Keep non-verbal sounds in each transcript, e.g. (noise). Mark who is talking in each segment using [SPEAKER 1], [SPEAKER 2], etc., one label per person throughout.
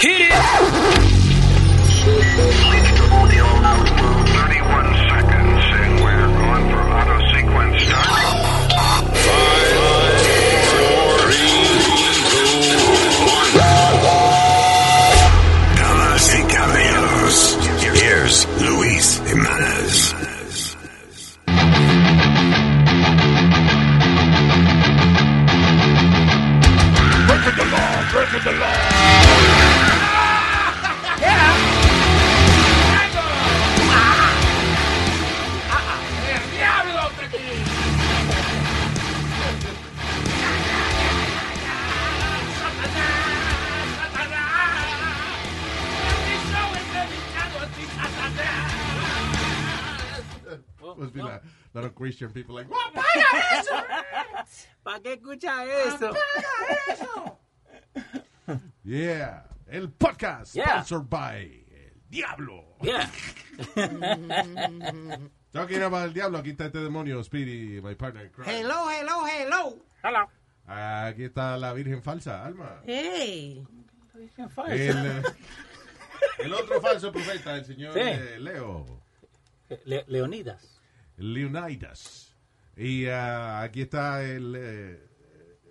[SPEAKER 1] Hit it!
[SPEAKER 2] Damas y caballeros, here's Luis Jimenez.
[SPEAKER 3] Must be like a lot of Christian people like, what?
[SPEAKER 4] ¿Para qué escucha eso?
[SPEAKER 3] Yeah. El podcast
[SPEAKER 4] Yeah.
[SPEAKER 3] sponsored by El Diablo.
[SPEAKER 4] Yeah.
[SPEAKER 3] Talking about El Diablo, aquí está este demonio, Speedy, my partner. in crime.
[SPEAKER 5] Hello, hello, hello.
[SPEAKER 4] Hello.
[SPEAKER 3] Aquí está la Virgen falsa, Alma.
[SPEAKER 5] Hey.
[SPEAKER 3] El, eh, el otro falso profeta, el señor
[SPEAKER 4] Sí.
[SPEAKER 3] eh, Leo.
[SPEAKER 4] Le- Leonidas.
[SPEAKER 3] Leonidas. Y ah, aquí está el, eh,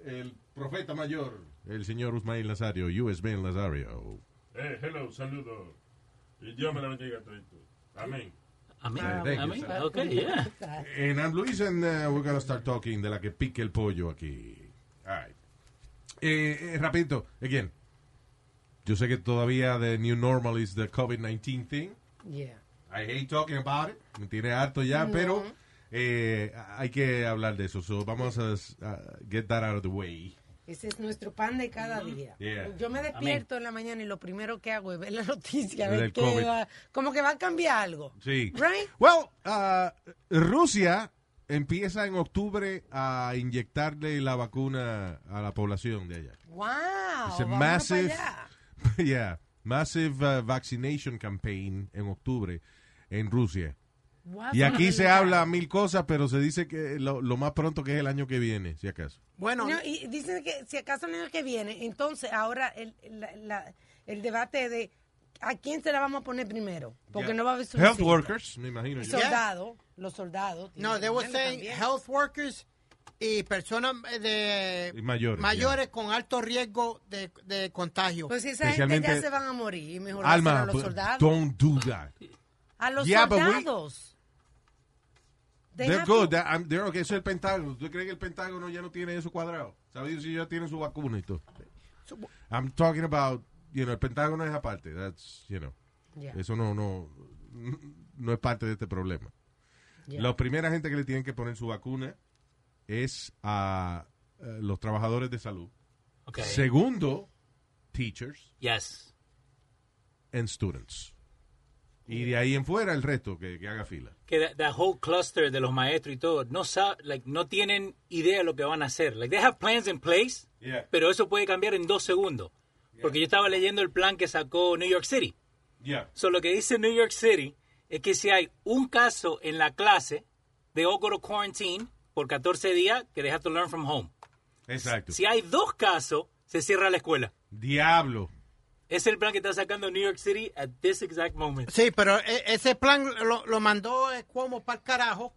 [SPEAKER 3] el profeta mayor, el señor Usmail Nazario, USB Nazario.
[SPEAKER 6] Eh, hello, saludo. Y Dios me la bendiga a todos. Amén.
[SPEAKER 4] Amén.
[SPEAKER 3] Ah, thank you,
[SPEAKER 4] Amén.
[SPEAKER 3] sir.
[SPEAKER 4] Ok, yeah.
[SPEAKER 3] And I'm Luis, and uh, we're gonna start talking de la que pique el pollo aquí. All right. Eh, eh, rapidito, again. Yo sé que todavía the new normal is the COVID-19 thing.
[SPEAKER 5] Yeah.
[SPEAKER 3] I hate talking about it. Me tiene harto ya, pero eh, hay que hablar de eso. So vamos a uh, get that out of the way.
[SPEAKER 5] Ese es nuestro pan de cada día.
[SPEAKER 3] Yeah.
[SPEAKER 5] Yo me despierto en la mañana y lo primero que hago es ver la noticia, a ver
[SPEAKER 3] Del
[SPEAKER 5] qué
[SPEAKER 3] COVID.
[SPEAKER 5] va- como que va a cambiar algo.
[SPEAKER 3] Sí.
[SPEAKER 5] Right?
[SPEAKER 3] Well, uh, Rusia empieza en octubre a inyectarle la vacuna a la población de allá.
[SPEAKER 5] Wow.
[SPEAKER 3] It's a
[SPEAKER 5] vámonos
[SPEAKER 3] massive,
[SPEAKER 5] para allá.
[SPEAKER 3] (laughs) yeah, massive uh, vaccination campaign en octubre en Rusia.
[SPEAKER 5] Ah,
[SPEAKER 3] Y aquí se habla mil cosas, pero se dice que lo, lo más pronto que es el año que viene, si acaso.
[SPEAKER 7] Bueno,
[SPEAKER 5] No, y dicen que si acaso el año que viene, entonces ahora el, la- la- el debate de a quién se la vamos a poner primero, porque
[SPEAKER 3] Yeah.
[SPEAKER 5] no va a haber
[SPEAKER 3] Health
[SPEAKER 5] suficiente.
[SPEAKER 3] workers, me imagino.
[SPEAKER 5] Y
[SPEAKER 3] yo.
[SPEAKER 5] Soldado, los soldados.
[SPEAKER 7] no, they were
[SPEAKER 5] debo
[SPEAKER 7] saying health workers y personas eh, de
[SPEAKER 3] Y mayores,
[SPEAKER 7] mayores con alto riesgo de, de contagio.
[SPEAKER 5] Pues esa gente ya
[SPEAKER 3] Especialmente-
[SPEAKER 5] se van a morir, y mejor
[SPEAKER 3] Alma, pues,
[SPEAKER 5] hacer a los
[SPEAKER 3] but
[SPEAKER 5] soldados.
[SPEAKER 3] don't do that.
[SPEAKER 5] A los
[SPEAKER 3] Yeah, but we-
[SPEAKER 5] soldados. They
[SPEAKER 3] They're
[SPEAKER 5] have
[SPEAKER 3] good.
[SPEAKER 5] to-
[SPEAKER 3] That- I'm- they're okay. Eso es el Pentágono. ¿Tú crees que el Pentágono ya no tiene eso cuadrado? ¿Sabes si ya tiene su vacuna y todo? I'm talking about, you know, el Pentágono es aparte. That's, you know.
[SPEAKER 5] Yeah.
[SPEAKER 3] Eso no, no, no es parte de este problema.
[SPEAKER 5] Yeah.
[SPEAKER 3] La primera gente que le tienen que poner su vacuna es a eh, los trabajadores de salud.
[SPEAKER 4] Okay.
[SPEAKER 3] Segundo, teachers
[SPEAKER 4] Yes.
[SPEAKER 3] and students. Y de ahí en fuera el resto que, que haga fila.
[SPEAKER 4] Que that, that whole cluster de los maestros y todo, no sa- like, no tienen idea de lo que van a hacer. Like, they have plans in place,
[SPEAKER 3] Yeah.
[SPEAKER 4] pero eso puede cambiar en dos segundos. Porque yo estaba leyendo el plan que sacó New York City.
[SPEAKER 3] Yeah.
[SPEAKER 4] So, lo que dice New York City es que si hay un caso en la clase, they all go to quarantine por 14 días, que they have to learn from home.
[SPEAKER 3] Exacto.
[SPEAKER 4] Si hay dos casos, se cierra la escuela.
[SPEAKER 3] Diablo.
[SPEAKER 4] Es el plan que está sacando New York City at this exact moment.
[SPEAKER 7] Sí, pero e- ese plan lo, lo mandó eh, Cuomo para el carajo,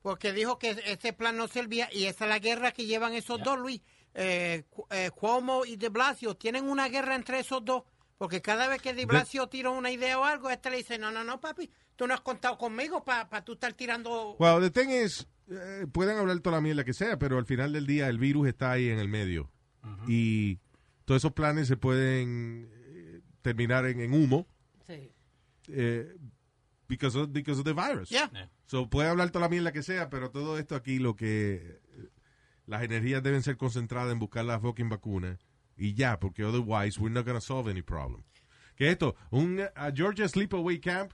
[SPEAKER 7] porque dijo que ese plan no servía y esa es la guerra que llevan esos dos, Luis. Eh, Cu- eh, Cuomo y de Blasio tienen una guerra entre esos dos, porque cada vez que de Blasio tira una idea o algo, este le dice, no, no, no, papi, tú no has contado conmigo para tú estar tirando...
[SPEAKER 3] Well, the thing is, eh, pueden hablar toda la mierda que sea, pero al final del día el virus está ahí en el medio. Y todos esos planes se pueden eh, terminar en, en humo
[SPEAKER 5] Sí.
[SPEAKER 3] eh, because, of, because of the virus.
[SPEAKER 7] Yeah.
[SPEAKER 4] Yeah.
[SPEAKER 3] So, puede hablar toda la mierda que sea, pero todo esto aquí lo que... eh, Las energías deben ser concentradas en buscar la fucking vacuna y ya, porque otherwise we're not going to solve any problem. Que esto, un eh, a Georgia Sleepaway Camp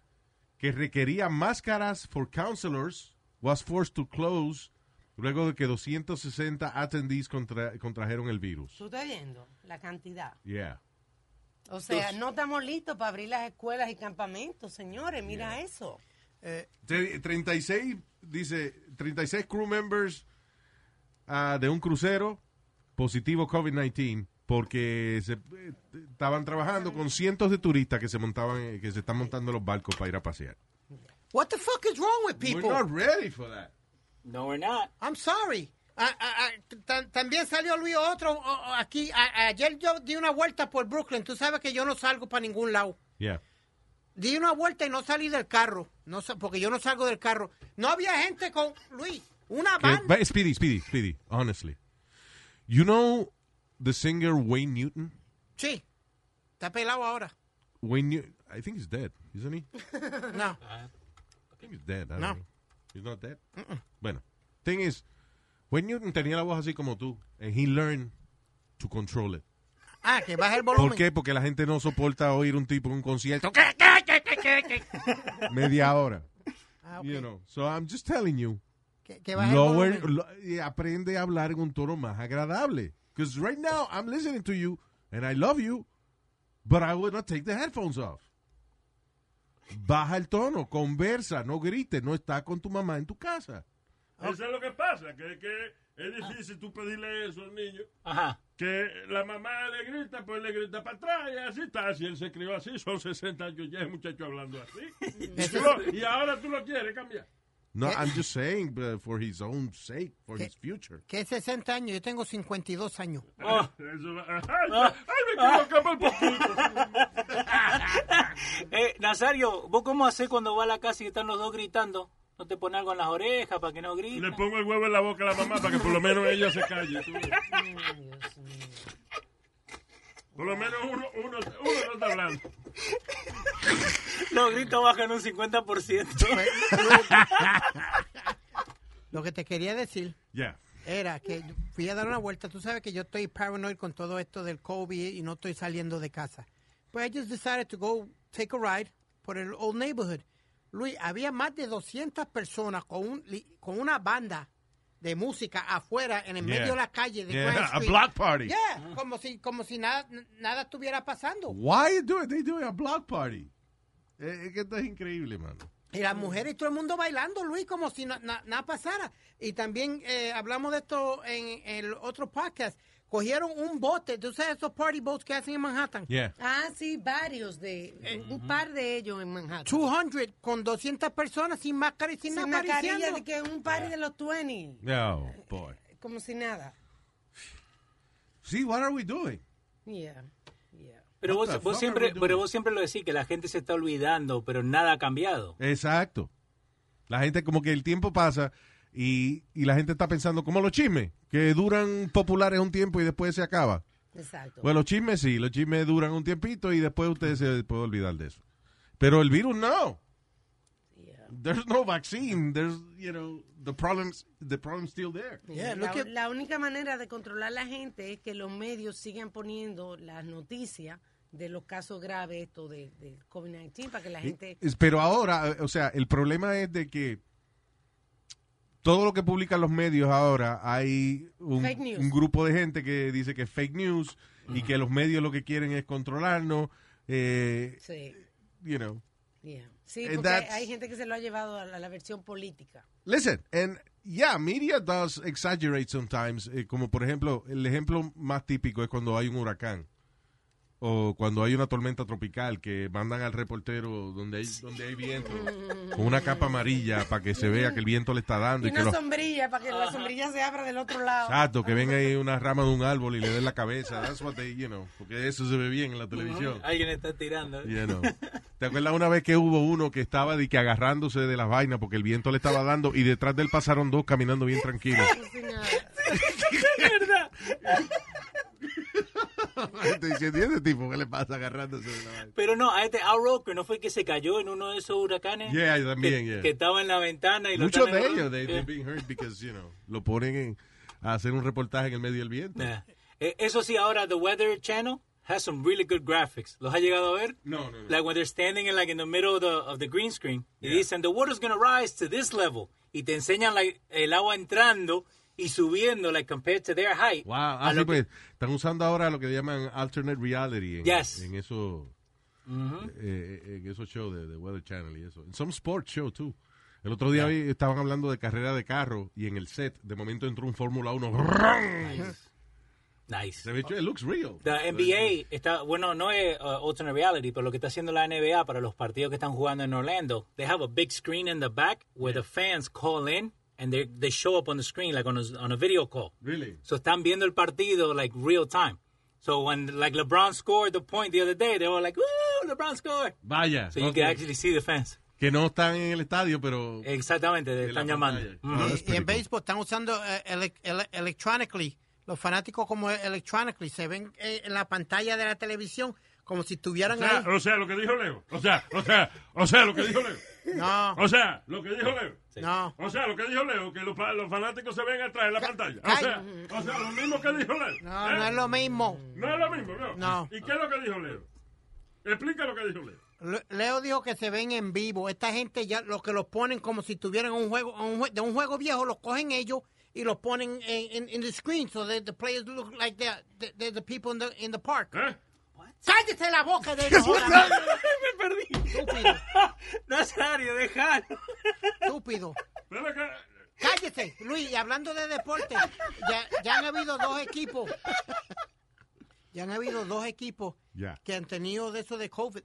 [SPEAKER 3] que requería máscaras for counselors was forced to close luego de que 260 attendees contra- contrajeron el virus.
[SPEAKER 5] ¿Tú estás viendo la cantidad?
[SPEAKER 3] Yeah.
[SPEAKER 5] O sea, no estamos listos para abrir las escuelas y campamentos, señores. Mira eso.
[SPEAKER 3] Tre- 36, dice, 36 crew members ah, de un crucero positivo COVID-19 porque se, eh, estaban trabajando con cientos de turistas que se montaban, eh, que se están montando los barcos para ir a pasear.
[SPEAKER 7] What the fuck is wrong with people?
[SPEAKER 3] We're not ready for that.
[SPEAKER 4] No, we're not.
[SPEAKER 7] I'm sorry. Ah, ah, ah, tan- también salió Luis otro oh, oh, aquí. A- ayer yo di una vuelta por Brooklyn. Tú sabes que yo no salgo para ningún lado.
[SPEAKER 3] Yeah.
[SPEAKER 7] Di una vuelta y no salí del carro. No sa- porque yo no salgo del carro. No había gente con Luis. Una
[SPEAKER 3] Que-
[SPEAKER 7] banda.
[SPEAKER 3] ve, Speedy, Speedy, Speedy, honestly. You know the singer Wayne Newton?
[SPEAKER 7] Sí. Está pelado ahora.
[SPEAKER 3] Wayne Newton, I think he's dead, isn't he?
[SPEAKER 7] No.
[SPEAKER 3] I think he's dead. I don't
[SPEAKER 7] No.
[SPEAKER 3] know. He's not dead. Bueno, thing is, Wayne Newton tenía la voz así como tú, and he learned to control it.
[SPEAKER 7] Ah, que baja el volumen.
[SPEAKER 3] ¿Por qué? Porque la gente no soporta oír un tipo en un concierto. ¿Qué, qué, qué, qué, qué, qué? Media hora.
[SPEAKER 7] Ah, (laughs) ok.
[SPEAKER 3] You know. So I'm just telling you.
[SPEAKER 7] que, que baja el
[SPEAKER 3] Lower,
[SPEAKER 7] volumen.
[SPEAKER 3] lo- y aprende a hablar en un tono más agradable. Because right now I'm listening to you and I love you, but I would not take the headphones off. Baja el tono, conversa, no grites, no está con tu mamá en tu casa.
[SPEAKER 6] Eso es lo que pasa, que, que es difícil tú pedirle eso al niño.
[SPEAKER 4] Ajá.
[SPEAKER 6] Que la mamá le grita, pues le grita para atrás y así está. Si él se crió así, son 60 años ya es muchacho hablando así. Y, tú lo- y ahora tú lo quieres cambiar.
[SPEAKER 3] No, I'm just saying but for his own sake, for his future.
[SPEAKER 7] Que es 60 años. Yo tengo 52 años.
[SPEAKER 6] Eso va- ay, ay, me equivoqué por poquito.
[SPEAKER 4] Eh, Nazario, ¿vos cómo haces cuando vas a la casa y están los dos gritando? ¿No te pones algo en las orejas para que no
[SPEAKER 6] Le
[SPEAKER 4] griten?
[SPEAKER 6] pongo el huevo en la boca a la mamá para que por lo menos ella se calle. tú ves. Por lo menos uno, uno, uno no está hablando.
[SPEAKER 3] pues.
[SPEAKER 4] Los gritos bajan un
[SPEAKER 3] eh,
[SPEAKER 4] 50%.
[SPEAKER 7] Lo que te quería decir
[SPEAKER 3] Yeah.
[SPEAKER 7] era que fui a dar una vuelta. Tú sabes que yo estoy paranoid con todo esto del COVID y no estoy saliendo de casa. Pues I just decided to go take a ride por el old neighborhood. Luis, había más de 200 personas con, un, li- con una banda de música afuera en el
[SPEAKER 3] Yeah.
[SPEAKER 7] medio de la calle de
[SPEAKER 3] Yeah,
[SPEAKER 7] Grand
[SPEAKER 3] a
[SPEAKER 7] Street.
[SPEAKER 3] block party.
[SPEAKER 7] Yeah, como si, como si nada, nada estuviera pasando.
[SPEAKER 3] Why you do it? They doing a block party. Eh, Es que esto es increíble, mano.
[SPEAKER 7] Y las
[SPEAKER 5] Mm.
[SPEAKER 7] mujeres y todo el mundo bailando, Luis, como si na- na- nada pasara. Y también eh, hablamos de esto en, en el otro podcast. Cogieron un bote, tú sabes esos party boats que hacen en Manhattan.
[SPEAKER 3] Yeah.
[SPEAKER 5] Ah, sí, varios de,
[SPEAKER 3] Eh,
[SPEAKER 5] un par de ellos en Manhattan.
[SPEAKER 7] 200 con 200 personas sin máscara y
[SPEAKER 5] Sin
[SPEAKER 7] sin, nada
[SPEAKER 5] mascarilla
[SPEAKER 7] apareciendo.
[SPEAKER 5] de que un party de los 20,
[SPEAKER 3] No, Oh, boy.
[SPEAKER 5] como si nada.
[SPEAKER 3] See, what are we doing?
[SPEAKER 5] Yeah, yeah.
[SPEAKER 4] Pero
[SPEAKER 3] What
[SPEAKER 4] vos,
[SPEAKER 3] the
[SPEAKER 4] vos
[SPEAKER 3] fuck are we
[SPEAKER 4] siempre,
[SPEAKER 3] doing?
[SPEAKER 4] pero vos siempre lo decís, que la gente se está olvidando, pero nada ha cambiado.
[SPEAKER 3] Exacto. La gente, como que el tiempo pasa y, y la gente está pensando, como los chismes, que duran populares un tiempo y después se acaba.
[SPEAKER 5] Exacto.
[SPEAKER 3] Bueno, los chismes sí, los chismes duran un tiempito y después ustedes se pueden olvidar de eso. Pero el virus no.
[SPEAKER 5] Yeah.
[SPEAKER 3] There's no vaccine. There's, you know, the problem's, the problem's still there.
[SPEAKER 7] Yeah,
[SPEAKER 5] la,
[SPEAKER 7] look at-
[SPEAKER 5] la única manera de controlar la gente es que los medios sigan poniendo las noticias de los casos graves esto de, de COVID-19 para que la gente...
[SPEAKER 3] Es- Pero ahora, eh, o sea, el problema es de que todo lo que publican los medios ahora, hay un,
[SPEAKER 5] Fake news. Mm.
[SPEAKER 3] un grupo de gente que dice que es fake news y que los medios lo que quieren es controlarnos. eh,
[SPEAKER 5] Sí,
[SPEAKER 3] you know.
[SPEAKER 5] yeah. Sí,
[SPEAKER 3] And
[SPEAKER 5] porque hay,
[SPEAKER 3] that's-
[SPEAKER 5] hay gente que se lo ha llevado a la, la versión política.
[SPEAKER 3] Listen, and yeah, media does exaggerate sometimes. eh, como por ejemplo, el ejemplo más típico es cuando hay un huracán o cuando hay una tormenta tropical que mandan al reportero donde hay, donde hay viento con una capa amarilla para que se vea que el viento le está dando
[SPEAKER 5] Y
[SPEAKER 3] y Mm. que
[SPEAKER 5] una
[SPEAKER 3] los
[SPEAKER 5] sombrilla para que la sombrilla se abra del otro lado.
[SPEAKER 3] Exacto, que venga ahí una rama de un árbol y le den la cabeza. That's what they, you know, porque eso se ve bien en la televisión.
[SPEAKER 4] Alguien está tirando.
[SPEAKER 3] You
[SPEAKER 4] (laughs)
[SPEAKER 3] know. ¿Te acuerdas una vez que hubo uno que estaba de que agarrándose de las vainas porque el viento le estaba dando y detrás de él pasaron dos caminando bien tranquilos?
[SPEAKER 5] Sí, nada.
[SPEAKER 3] (laughs) Estoy diciendo, "¿Y este tipo qué le pasa agarrándose de la vaina?
[SPEAKER 4] Pero no, a este Al Roker no fue que se cayó en uno de esos huracanes.
[SPEAKER 3] Yeah,
[SPEAKER 4] que-
[SPEAKER 3] también,
[SPEAKER 4] que,
[SPEAKER 3] yeah.
[SPEAKER 4] estaba en la ventana y lo
[SPEAKER 3] Muchos
[SPEAKER 4] estaban
[SPEAKER 3] de
[SPEAKER 4] en- Eh,
[SPEAKER 3] ellos, they,
[SPEAKER 4] Yeah.
[SPEAKER 3] they're being hurt because, you know, lo ponen en- a hacer un reportaje en el medio del viento.
[SPEAKER 4] Yeah. Eh, Eso sí, ahora The Weather Channel has some really good graphics. ¿Los ha llegado a ver?
[SPEAKER 3] No, no, no.
[SPEAKER 4] Like when they're standing in, like, in the middle of the, of the green screen. Y dicen, the water's gonna rise to this level. Y te enseñan like, el agua entrando y subiendo, like compared to their height.
[SPEAKER 3] Wow,
[SPEAKER 4] A
[SPEAKER 3] así
[SPEAKER 4] lo que-
[SPEAKER 3] pues, están usando ahora lo que llaman alternate reality en,
[SPEAKER 4] Yes.
[SPEAKER 3] en eso, eh, eh, en esos shows de, de Weather Channel y eso. En some sports show, too. El otro día vi- estaban hablando de carrera de carro y en el set, de momento entró un Fórmula 1.
[SPEAKER 4] Nice.
[SPEAKER 3] Se ve chulo. It looks real.
[SPEAKER 4] La NBA está, bueno, no es uh, alternate reality, pero lo que está haciendo la NBA para los partidos que están jugando en Orlando, they have a big screen in the back where the fans call in and they, they show up on the screen like on a, on a video call.
[SPEAKER 3] Really?
[SPEAKER 4] So están viendo el partido like real time. So when like LeBron scored the point the other day, they were like, "Woo, LeBron scored!"
[SPEAKER 3] Vaya.
[SPEAKER 4] So you
[SPEAKER 3] ok.
[SPEAKER 4] can actually see the fans.
[SPEAKER 3] Que no están en el estadio, pero...
[SPEAKER 4] Exactamente, te
[SPEAKER 3] En la
[SPEAKER 4] Eh, están llamando.
[SPEAKER 3] pantalla.
[SPEAKER 4] Mm.
[SPEAKER 3] Ah, that's
[SPEAKER 7] Y, y
[SPEAKER 3] pretty
[SPEAKER 7] en
[SPEAKER 3] cool.
[SPEAKER 7] béisbol están usando eh, ele- ele- electronically. Los fanáticos como electronically se ven eh, en la pantalla de la televisión como si
[SPEAKER 6] O
[SPEAKER 7] estuvieran
[SPEAKER 6] sea,
[SPEAKER 7] ahí.
[SPEAKER 6] o sea, lo que dijo Leo. O sea, o sea, o sea, lo que dijo Leo.
[SPEAKER 7] No,
[SPEAKER 6] O sea, lo que dijo Leo.
[SPEAKER 7] no.
[SPEAKER 6] O sea, lo que dijo Leo, que los, pa- los fanáticos se ven atrás de la pantalla. O sea, o sea, lo mismo que dijo Leo.
[SPEAKER 7] No,
[SPEAKER 6] ¿Eh?
[SPEAKER 7] no es lo mismo.
[SPEAKER 6] No es lo mismo, Leo.
[SPEAKER 7] No.
[SPEAKER 6] ¿Y qué es lo que dijo Leo? Explica lo que dijo Leo.
[SPEAKER 7] Le- Leo dijo que se ven en vivo. Esta gente ya los que los ponen como si tuvieran un juego un jue- de un juego viejo, los cogen ellos y los ponen en en- in the screen so that the players look like they're, they're the people in the, in the park.
[SPEAKER 6] ¿Eh?
[SPEAKER 7] Cállate la boca de ellos. joder,
[SPEAKER 4] (laughs) Me perdí. (laughs)
[SPEAKER 7] Estúpido,
[SPEAKER 4] Nazario, dejalo.
[SPEAKER 7] estúpido.
[SPEAKER 6] Ven acá.
[SPEAKER 7] Cállese, Luis, y hablando de deporte, ya, ya han habido dos equipos. Ya han habido dos equipos
[SPEAKER 3] Ya.
[SPEAKER 7] que han tenido de eso de COVID.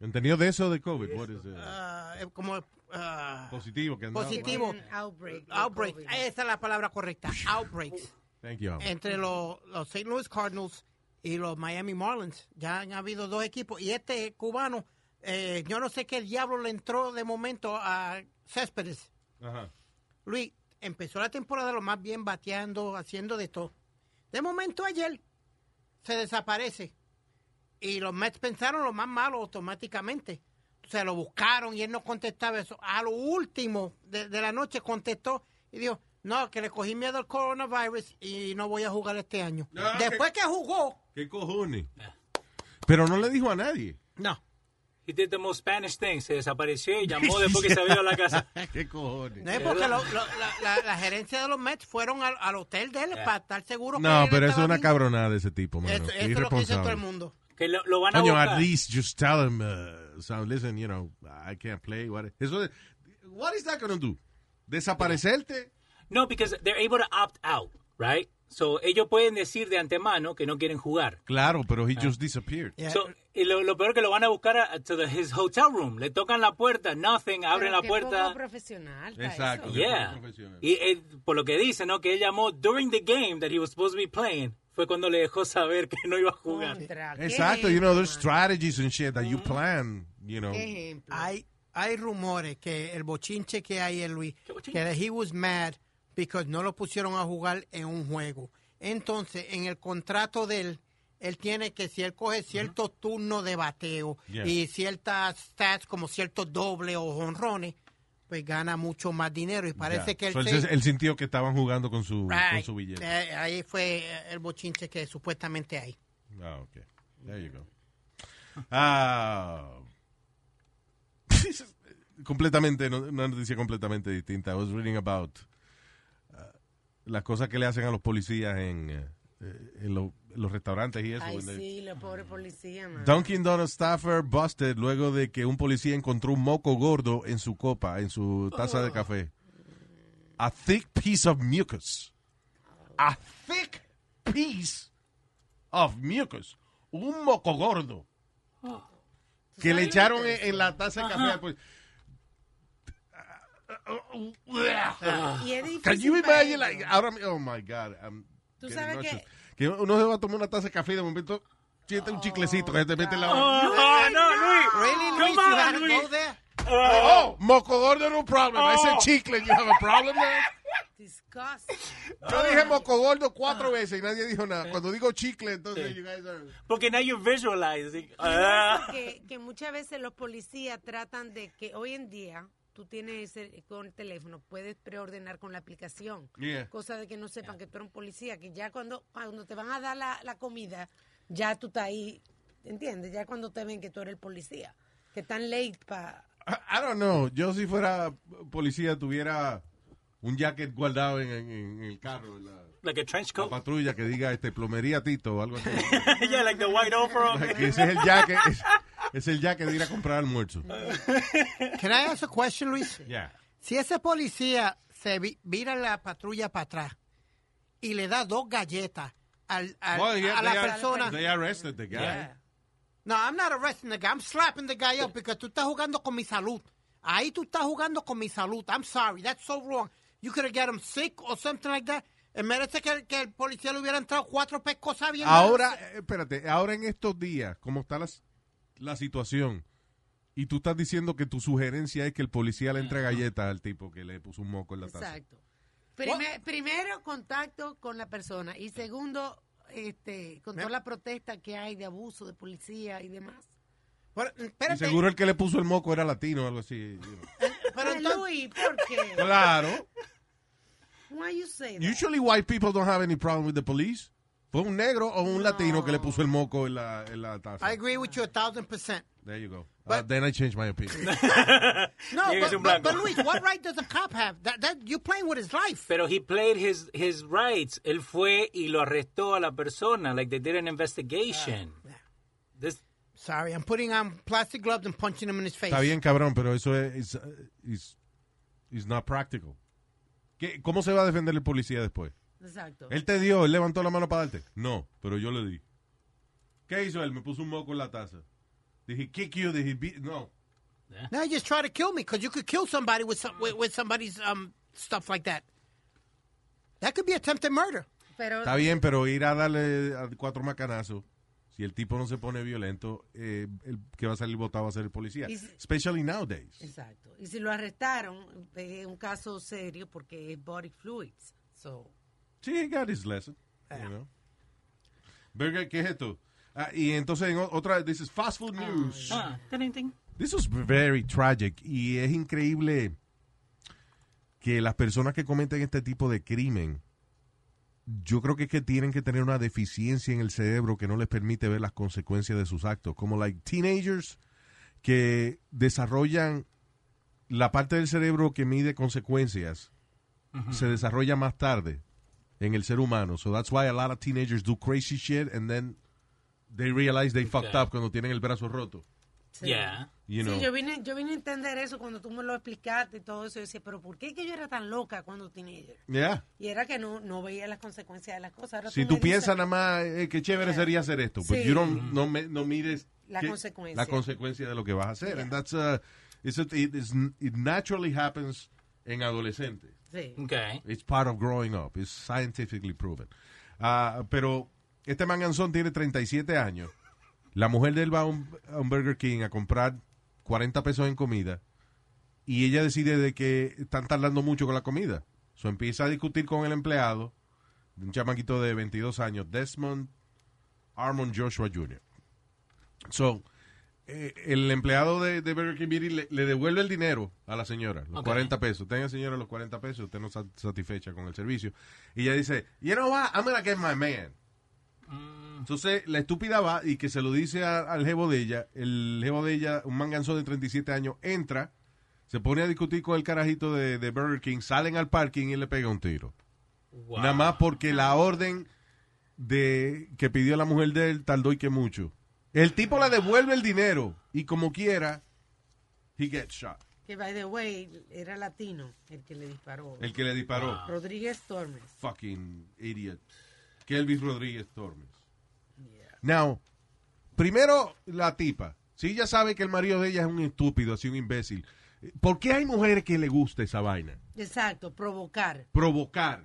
[SPEAKER 3] ¿Entendido de eso de COVID? What is it?
[SPEAKER 7] ah, eh, como ah,
[SPEAKER 3] Positivo. Que han dado.
[SPEAKER 7] Positivo.
[SPEAKER 5] Tiene un outbreak. de
[SPEAKER 7] outbreaks.
[SPEAKER 5] COVID.
[SPEAKER 4] eh,
[SPEAKER 7] Esa es la palabra correcta. Outbreaks.
[SPEAKER 3] Thank you. Albert.
[SPEAKER 7] Entre los, los St. Louis Cardinals y los Miami Marlins. Ya han habido dos equipos. Y este cubano, eh, yo no sé qué diablo le entró de momento a Céspedes.
[SPEAKER 3] Ajá.
[SPEAKER 7] Luis, empezó la temporada lo más bien bateando, haciendo de todo. De momento ayer se desaparece. Y los Mets pensaron lo más malo automáticamente. Se lo buscaron y él no contestaba eso. A lo último de, de la noche contestó y dijo, no, que le cogí miedo al coronavirus y no voy a jugar este año.
[SPEAKER 3] Ah,
[SPEAKER 7] Después que jugó,
[SPEAKER 3] ¿Qué cojones? Pero no le dijo a
[SPEAKER 7] (laughs)
[SPEAKER 3] nadie.
[SPEAKER 7] no.
[SPEAKER 4] (laughs) He did the most Spanish thing. Se desapareció y llamó después que se había ido a la casa.
[SPEAKER 3] (laughs) ¿Qué cojones?
[SPEAKER 7] No es porque lo- lo- la, la- la gerencia de los Mets fueron al, al hotel de él para estar seguro que
[SPEAKER 3] No,
[SPEAKER 7] él
[SPEAKER 3] pero eso
[SPEAKER 7] estaba
[SPEAKER 3] es una
[SPEAKER 7] bien.
[SPEAKER 3] cabronada de ese tipo, mano.
[SPEAKER 7] Eso,
[SPEAKER 3] Qué
[SPEAKER 7] eso es lo que dice todo
[SPEAKER 3] irresponsable.
[SPEAKER 7] el mundo.
[SPEAKER 4] Que lo, lo van a
[SPEAKER 3] Coño,
[SPEAKER 4] buscar.
[SPEAKER 3] at least just tell him, uh, so listen, you know, I can't play. What, eso de- what is that going to do? ¿Desaparecerte?
[SPEAKER 4] No, because they're able to opt out, right? So ellos pueden decir de antemano que no quieren jugar.
[SPEAKER 3] Claro, pero he just disappeared.
[SPEAKER 7] Yeah.
[SPEAKER 4] So, y lo, lo peor que lo van a buscar a, to the- his hotel room. Le tocan la puerta, nothing, abren
[SPEAKER 5] Pero
[SPEAKER 4] la
[SPEAKER 5] qué
[SPEAKER 4] puerta.
[SPEAKER 5] poco profesional. está
[SPEAKER 3] Exacto.
[SPEAKER 5] eso.
[SPEAKER 3] Qué
[SPEAKER 4] Yeah.
[SPEAKER 3] poco profesional.
[SPEAKER 4] Y él, por lo que dice, ¿no? Que él llamó during the game that he was supposed to be playing. Fue cuando le dejó saber que no iba a jugar.
[SPEAKER 5] Contra, qué
[SPEAKER 3] Exacto, you know, there's
[SPEAKER 5] ejemplo,
[SPEAKER 3] strategies and shit that you
[SPEAKER 7] Mm.
[SPEAKER 3] plan, you know.
[SPEAKER 5] man. Qué ejemplo.
[SPEAKER 7] Hay, hay rumores que el bochinche que hay en Luis,
[SPEAKER 4] ¿Qué bochinche?
[SPEAKER 7] que he was mad because no lo pusieron a jugar en un juego. Entonces, en el contrato de él, él tiene que si él coge cierto turno de bateo
[SPEAKER 3] Yeah.
[SPEAKER 7] y ciertas stats como ciertos dobles o jonrones, pues gana mucho más dinero y parece
[SPEAKER 3] Ya.
[SPEAKER 7] que él
[SPEAKER 3] So,
[SPEAKER 7] se-
[SPEAKER 3] él, él sintió que estaban jugando con su, con
[SPEAKER 7] Right.
[SPEAKER 3] su billete.
[SPEAKER 7] Eh, ahí fue eh, el bochinche que supuestamente hay.
[SPEAKER 3] Ah, okay. There you go. Ah. (laughs) completamente, no- una noticia completamente distinta. I was reading about uh, las cosas que le hacen a los policías en, eh, en lo- en los restaurantes y eso.
[SPEAKER 5] Ay,
[SPEAKER 3] when they-
[SPEAKER 5] sí, la pobre policía, man.
[SPEAKER 3] Dunkin' Donuts staffer busted luego de que un policía encontró un moco gordo en su copa, en su taza de café. A thick piece of mucus. A thick piece of mucus. Un moco gordo. Que le echaron en, en la taza de café. pues. al policía.
[SPEAKER 5] Y es difícil
[SPEAKER 3] Can you imagine?
[SPEAKER 5] para ellos.
[SPEAKER 3] Like, ahora, mi- oh my God. I'm
[SPEAKER 5] Tú
[SPEAKER 3] getting
[SPEAKER 5] sabes que-
[SPEAKER 3] nauseous. que uno se va a tomar una taza de café y de momento siente un chiclecito que te mete en la boca.
[SPEAKER 4] Oh, no, no, Luis.
[SPEAKER 7] Really,
[SPEAKER 4] Come
[SPEAKER 7] Luis, you
[SPEAKER 4] on,
[SPEAKER 7] gotta
[SPEAKER 4] Luis.
[SPEAKER 7] go there?
[SPEAKER 3] Oh, moco gordo no problem.
[SPEAKER 5] Oh.
[SPEAKER 3] I said chicle, you have a problem there?
[SPEAKER 5] Disgusting. Oh.
[SPEAKER 3] Yo dije moco gordo cuatro
[SPEAKER 5] Ah.
[SPEAKER 3] veces y nadie dijo nada. Cuando digo chicle, entonces you guys are...
[SPEAKER 4] Porque now you're visualizing.
[SPEAKER 5] Pienso
[SPEAKER 4] Ah.
[SPEAKER 5] que, que muchas veces los policías tratan de que hoy en día tú tienes el- con el teléfono, puedes preordenar con la aplicación.
[SPEAKER 3] Yeah.
[SPEAKER 5] Cosa de que no sepan que tú eres un policía, que ya cuando, cuando te van a dar la, la comida, ya tú estás ahí, ¿entiendes? Ya cuando te ven que tú eres el policía, que están late para...
[SPEAKER 3] I, I don't know. Yo si fuera policía tuviera un jacket guardado en, en- en el carro, en la,
[SPEAKER 4] (laughs) Like a trench
[SPEAKER 3] la
[SPEAKER 4] coat.
[SPEAKER 3] patrulla que diga este plomería Tito o algo
[SPEAKER 5] (laughs)
[SPEAKER 3] así.
[SPEAKER 4] (laughs) yeah, like the white overall. (laughs)
[SPEAKER 3] Que ese es el jacket, es, es el jacket de ir a comprar almuerzo.
[SPEAKER 7] Can I ask a question, Luis?
[SPEAKER 3] (laughs) Yeah.
[SPEAKER 7] Si ese policía se vi- vira la patrulla para atrás y le da dos galletas al, al-
[SPEAKER 3] Well, yeah,
[SPEAKER 7] a la
[SPEAKER 3] they are-
[SPEAKER 7] persona.
[SPEAKER 3] They arrested the guy.
[SPEAKER 7] Yeah. No, I'm not arresting the guy. I'm slapping the guy up because tú estás jugando con mi salud. Ahí tú estás jugando con mi salud. I'm sorry. That's so wrong. You could have got him sick or something like that. Eh, Merece que, que el policía le hubiera entrado cuatro pescosas bien.
[SPEAKER 3] Ahora, eh, espérate, ahora en estos días, ¿cómo está la, s- la situación? Y tú estás diciendo que tu sugerencia es que el policía le entre galletas al tipo que le puso un moco en la taza.
[SPEAKER 5] Exacto. Prime- primero, contacto con la persona. Y segundo, este, con toda la protesta que hay de abuso de policía y demás.
[SPEAKER 7] Pero,
[SPEAKER 3] Y
[SPEAKER 7] espérate.
[SPEAKER 3] seguro el que le puso el moco era latino o algo así. you
[SPEAKER 7] (laughs)
[SPEAKER 3] know.
[SPEAKER 7] Pero
[SPEAKER 5] Ay,
[SPEAKER 7] entonces,
[SPEAKER 5] Luis, ¿por qué?
[SPEAKER 7] (laughs)
[SPEAKER 3] Claro.
[SPEAKER 5] Why you say that?
[SPEAKER 3] Usually white people don't have any problem with the police. Fue un negro o un latino que le puso el moco en la, en la taza.
[SPEAKER 7] I agree with you a thousand percent.
[SPEAKER 3] There you go. Uh,
[SPEAKER 7] But-
[SPEAKER 3] then I changed my opinion.
[SPEAKER 7] No,
[SPEAKER 4] Tiene que
[SPEAKER 7] but,
[SPEAKER 4] ser
[SPEAKER 7] but,
[SPEAKER 4] un blanco.
[SPEAKER 7] but Luis, what right does a cop have? That, that you playing with his life.
[SPEAKER 4] Pero he played his, his rights. Él fue y lo arrestó a la persona. Like they did an investigation.
[SPEAKER 7] Ah,
[SPEAKER 4] This,
[SPEAKER 7] Sorry, I'm putting on plastic gloves and punching him in his face.
[SPEAKER 3] Está bien, cabrón, pero eso es is, uh, is- is not practical. ¿Qué- ¿Cómo se va a defender el policía después?
[SPEAKER 5] Exacto.
[SPEAKER 3] Él te dio, él levantó la mano para darte. No, pero yo le di. ¿Qué hizo él? Me puso un moco en la taza. Did he kick you? Did he beat? No.
[SPEAKER 7] Now you just try to kill me because you could kill somebody with, some, with with somebody's um stuff like that. That could be attempted murder.
[SPEAKER 5] Pero
[SPEAKER 3] Está bien, pero ir a darle a cuatro macanazos. Si el tipo no se pone violento, eh, el que va a salir votado va a ser el policía.
[SPEAKER 5] Y si-
[SPEAKER 3] Especially nowadays.
[SPEAKER 5] Exacto. Y si lo arrestaron, eh, es un caso serio porque es body fluids. So,
[SPEAKER 3] Sí, he got his lesson.
[SPEAKER 5] Ah.
[SPEAKER 3] You know. Burger, ¿qué es esto? Ah, y entonces, en o- otra, this is fast food news.
[SPEAKER 4] ah, ting, ting.
[SPEAKER 3] This was very tragic y es increíble que las personas que cometen este tipo de crimen, yo creo que es que tienen que tener una deficiencia en el cerebro que no les permite ver las consecuencias de sus actos, como like teenagers que desarrollan la parte del cerebro que mide consecuencias se desarrolla más tarde en el ser humano. So that's why a lot of teenagers do crazy shit and then they realize they fucked up cuando tienen el brazo roto.
[SPEAKER 5] sí.
[SPEAKER 4] Yeah.
[SPEAKER 3] You know.
[SPEAKER 5] Sí, yo vine, yo vine a entender eso cuando tú me lo explicaste y todo eso. Yo decía, pero ¿por qué que yo era tan loca cuando teenager?
[SPEAKER 3] Yeah.
[SPEAKER 5] Y era que no, no veía las consecuencias de las cosas. Ahora
[SPEAKER 3] Si
[SPEAKER 5] me
[SPEAKER 3] tú
[SPEAKER 5] dices-
[SPEAKER 3] piensas nada más, eh, qué chévere sería hacer esto, pues
[SPEAKER 5] Sí.
[SPEAKER 3] you don't- no, me- no mires
[SPEAKER 5] La
[SPEAKER 3] qué-
[SPEAKER 5] consecuencia.
[SPEAKER 3] la consecuencia de lo que vas a hacer. And that's, uh, it's a- it, is- it naturally happens en adolescentes.
[SPEAKER 5] Sí.
[SPEAKER 4] Okay.
[SPEAKER 3] It's part of growing up. It's scientifically proven. Ah, pero este manganzón tiene 37 años. La mujer de él va a un, a un Burger King a comprar 40 pesos en comida y ella decide de que están tardando mucho con la comida. So empieza a discutir con el empleado, un chamaquito de 22 años, Desmond Armond Joshua Jr. So, eh, el empleado de, de Burger King viene y le, le devuelve el dinero a la señora, los
[SPEAKER 4] Ok.
[SPEAKER 3] 40 pesos. Tenga, señora, los 40 pesos, usted no está satisfecha con el servicio. Y ella dice, you know what, I'm gonna get my man. Entonces, la estúpida va y que se lo dice a- al jevo de ella, el jevo de ella, un manganzo de 37 años, entra, se pone a discutir con el carajito de, de Burger King, salen al parking y le pega un tiro.
[SPEAKER 4] Wow.
[SPEAKER 3] Nada más porque la orden de que pidió la mujer de él tardó y que mucho. El tipo le devuelve el dinero y como quiera, he gets shot.
[SPEAKER 5] Que, by the way, era latino el que le disparó.
[SPEAKER 3] El que le disparó.
[SPEAKER 5] Rodríguez Tormes.
[SPEAKER 3] Fucking idiot. Kelvis Rodríguez Tormes. Now, primero la tipa. Si ella sabe que el marido de ella es un estúpido, así un imbécil. ¿Por qué hay mujeres que le gusta esa vaina?
[SPEAKER 5] Exacto, provocar.
[SPEAKER 3] provocar,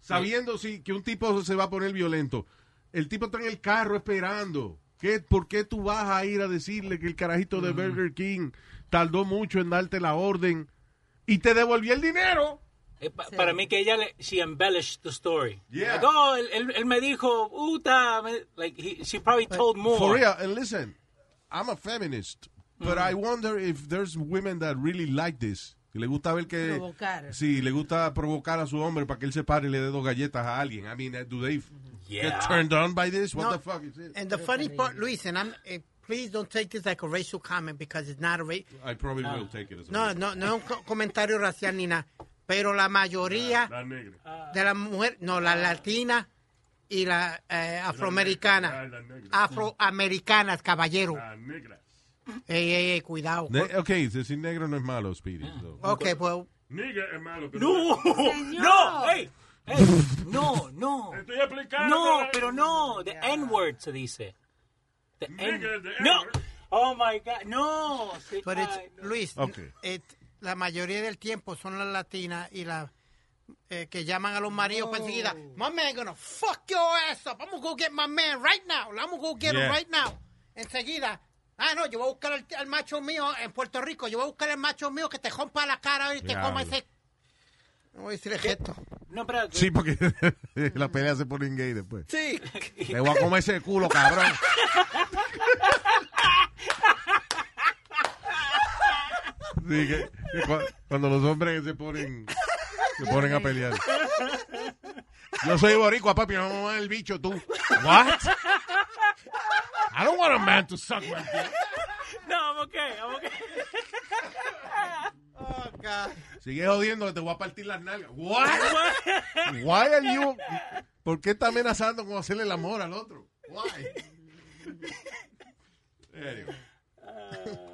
[SPEAKER 3] sabiendo si que un tipo se va a poner violento. El tipo está en el carro esperando. ¿Qué, ¿Por qué tú vas a ir a decirle que el carajito de Burger King tardó mucho en darte la orden y te devolvió el dinero?
[SPEAKER 4] Eh, pa- Para mí que ella, le, she embellished the story.
[SPEAKER 3] Yeah.
[SPEAKER 4] Like, oh, él, él, él me dijo, puta. me- Like, he, she probably told more.
[SPEAKER 3] For real, and listen, I'm a feminist, but I wonder if there's women that really like this. Que le gusta ver que...
[SPEAKER 5] Provocar.
[SPEAKER 3] Sí, le gusta provocar a su hombre para que él se pare y le dé dos galletas a alguien. I mean, do they f-
[SPEAKER 4] Yeah.
[SPEAKER 3] get turned on by this? What
[SPEAKER 7] No.
[SPEAKER 3] the fuck is it?
[SPEAKER 7] And the funny part, Luis, and I'm eh, please don't take this like a racial comment because it's not a race.
[SPEAKER 3] I probably will take it as a
[SPEAKER 7] No, no, no es un co- comentario racial ni nada. Pero la mayoría
[SPEAKER 6] La negra.
[SPEAKER 7] de las mujeres, no, la latina y la eh, afroamericana,
[SPEAKER 6] Ah, la negra. Ah.
[SPEAKER 7] afroamericanas, caballero.
[SPEAKER 6] La negra.
[SPEAKER 7] Ey, ey, ey, cuidado.
[SPEAKER 3] Ne- ok, decir Ah. negro no es malo, Speedy. so.
[SPEAKER 7] Ok, pues
[SPEAKER 6] Nigga es malo. pero-
[SPEAKER 4] No,
[SPEAKER 5] Señor.
[SPEAKER 4] no, hey, Hey, no, no.
[SPEAKER 6] Te estoy explicando.
[SPEAKER 4] No,
[SPEAKER 6] la-
[SPEAKER 4] pero no. The N-word se dice. The N
[SPEAKER 6] Nigga, the
[SPEAKER 4] No.
[SPEAKER 6] N-word.
[SPEAKER 4] Oh, my God. No. Sí,
[SPEAKER 7] Pero it's-
[SPEAKER 4] ay, no.
[SPEAKER 7] Luis,
[SPEAKER 3] Ok.
[SPEAKER 7] it- la mayoría del tiempo son las latinas y las eh, que llaman a los maridos perseguidas. My man gonna fuck your ass up. I'm gonna go get my man right now. I'm gonna go get
[SPEAKER 3] Yeah.
[SPEAKER 7] him right now. Enseguida. Ah, no, yo voy a buscar al, al macho mío en Puerto Rico. Yo voy a buscar al macho mío que te rompa la cara y te
[SPEAKER 3] Diablo.
[SPEAKER 7] coma ese... No voy a decir esto.
[SPEAKER 4] No, pero.
[SPEAKER 3] Sí, porque (laughs) la pelea se pone en gay después.
[SPEAKER 7] Sí.
[SPEAKER 3] Le voy a comer ese culo, cabrón. Sí, que- que cu- cuando los hombres se ponen, se ponen a pelear. Yo soy boricua, papi, no me el bicho tú. What? I don't want a man to suck my dick.
[SPEAKER 4] No, I'm okay. I'm okay.
[SPEAKER 7] Oh, God.
[SPEAKER 3] Sigue jodiendo que te voy a partir las nalgas. What? Why are you? ¿Por qué está amenazando con hacerle el amor al otro? Why? Anyway.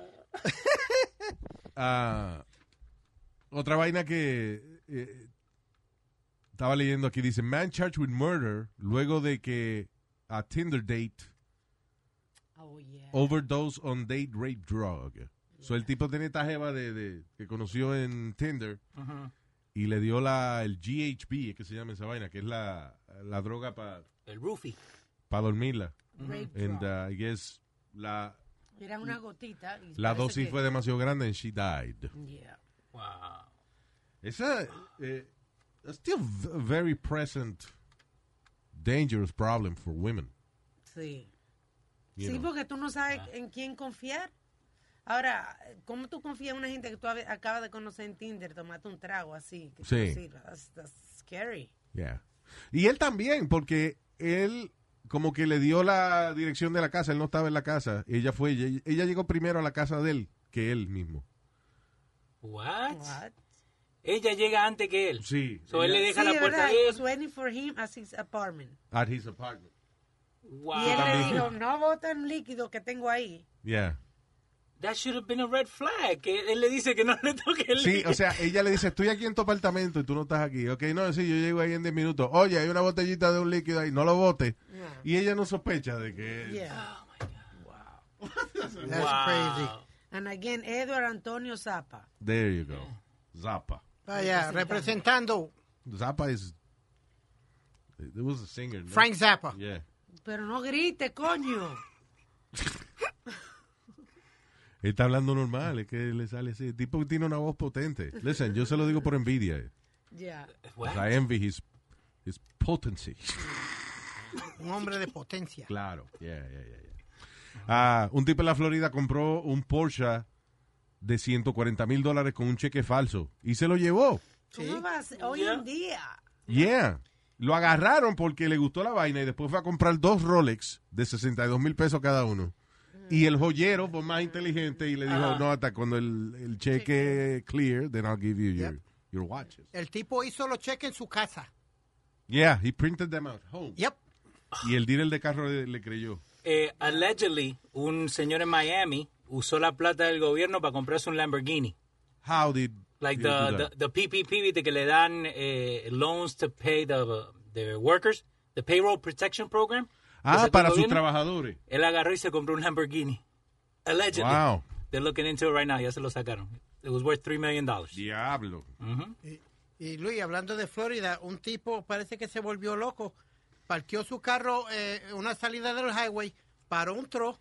[SPEAKER 3] Ah, otra vaina que eh, estaba leyendo aquí dice man charged with murder luego de que a Tinder date
[SPEAKER 5] Oh, yeah.
[SPEAKER 3] overdose on date rape drug. So el tipo tenía esta jeva de, de- que conoció en Tinder
[SPEAKER 4] Ujú.
[SPEAKER 3] y le dio la el GHB, es que se llama esa vaina, que es la, la droga para
[SPEAKER 4] El roofie.
[SPEAKER 3] dormirla.
[SPEAKER 5] Rape
[SPEAKER 3] And
[SPEAKER 5] drug.
[SPEAKER 3] uh, I guess la,
[SPEAKER 5] Era una gotita. y
[SPEAKER 3] la
[SPEAKER 5] parece
[SPEAKER 3] dosis
[SPEAKER 5] que-
[SPEAKER 3] fue demasiado grande and she died.
[SPEAKER 5] Yeah.
[SPEAKER 4] Wow.
[SPEAKER 3] Esa eh, it's still v- a very present dangerous problem for women.
[SPEAKER 5] Sí.
[SPEAKER 3] you
[SPEAKER 5] Sí,
[SPEAKER 3] know. Ah.
[SPEAKER 5] porque tú no sabes en quién confiar. Ahora, ¿cómo tú confías en una gente que tú ab- acabas de conocer en Tinder, tomate un trago así? Que tú
[SPEAKER 3] Sí.
[SPEAKER 5] sirvas? That's, that's scary.
[SPEAKER 3] Yeah. Y él también, porque él como que le dio la dirección de la casa, él no estaba en la casa, ella fue, ella, ella llegó primero a la casa de él que él mismo.
[SPEAKER 4] What?
[SPEAKER 5] What?
[SPEAKER 4] Ella llega antes que él.
[SPEAKER 3] Sí.
[SPEAKER 4] So él le
[SPEAKER 5] Sí,
[SPEAKER 4] deja la
[SPEAKER 5] de
[SPEAKER 4] puerta
[SPEAKER 5] verdad.
[SPEAKER 4] a
[SPEAKER 5] He
[SPEAKER 4] él.
[SPEAKER 5] was waiting for him at his apartment.
[SPEAKER 3] At his apartment.
[SPEAKER 4] Wow.
[SPEAKER 5] Y él le dijo, no boten líquido que tengo ahí.
[SPEAKER 3] Yeah.
[SPEAKER 4] That should have been a red flag. Que él le dice que no le toque el
[SPEAKER 3] Sí, o
[SPEAKER 4] (laughs)
[SPEAKER 3] sea, ella le dice, estoy aquí en tu apartamento y tú no estás aquí. Ok, no, sí, yo llego ahí en 10 minutos. Oye, hay una botellita de un líquido ahí, no lo bote.
[SPEAKER 5] Yeah.
[SPEAKER 3] Y ella no sospecha de que...
[SPEAKER 5] Yeah.
[SPEAKER 7] That's crazy.
[SPEAKER 5] And again, Edward Antonio Zappa.
[SPEAKER 3] There you go. Zappa. (laughs)
[SPEAKER 7] Vaya, representando
[SPEAKER 3] Zappa is... There was a singer. no?
[SPEAKER 7] Frank Zappa.
[SPEAKER 3] Yeah.
[SPEAKER 5] Pero no grite,
[SPEAKER 4] (laughs)
[SPEAKER 5] coño.
[SPEAKER 3] Él está hablando normal, es que le sale así. El tipo tiene una voz potente. Listen, yo se lo digo por envidia. eh.
[SPEAKER 5] Yeah.
[SPEAKER 4] What?
[SPEAKER 3] I envy his, his potency. (laughs)
[SPEAKER 7] Un hombre de potencia.
[SPEAKER 3] Claro. Yeah, yeah, yeah, yeah. Ah, un tipo en la Florida compró un Porsche de 140 mil dólares con un cheque falso y se lo llevó.
[SPEAKER 5] ¿Cómo vas hoy en día?
[SPEAKER 3] Yeah. Lo agarraron porque le gustó la vaina y después fue a comprar dos Rolex de 62 mil pesos cada uno. Y el joyero fue más inteligente y le dijo, no, hasta cuando el, el cheque clear, then I'll give you your,
[SPEAKER 7] Yep.
[SPEAKER 3] your watches.
[SPEAKER 7] El tipo hizo los cheques en su casa.
[SPEAKER 3] Yeah, he printed them out home.
[SPEAKER 7] Yep.
[SPEAKER 3] Y el dealer de carro le, le creyó.
[SPEAKER 4] Eh, allegedly, un señor en Miami usó la plata del gobierno para comprarse un Lamborghini.
[SPEAKER 3] How did
[SPEAKER 4] Like
[SPEAKER 3] you do
[SPEAKER 4] the,
[SPEAKER 3] that?
[SPEAKER 4] the, the PPP, viste, que le dan eh, loans to pay the, the workers, the Payroll Protection Program. que
[SPEAKER 3] Ah,
[SPEAKER 4] sacó
[SPEAKER 3] para
[SPEAKER 4] el
[SPEAKER 3] sus
[SPEAKER 4] gobierno.
[SPEAKER 3] trabajadores.
[SPEAKER 4] Él agarró y se compró un Lamborghini. Allegedly.
[SPEAKER 3] Wow.
[SPEAKER 4] They're looking into it right now. Ya se lo sacaron. It was worth $3 million.
[SPEAKER 3] Diablo.
[SPEAKER 7] Y, y, Luis, hablando de Florida, un tipo parece que se volvió loco. Parqueó su carro eh, en una salida del highway, paró un tro,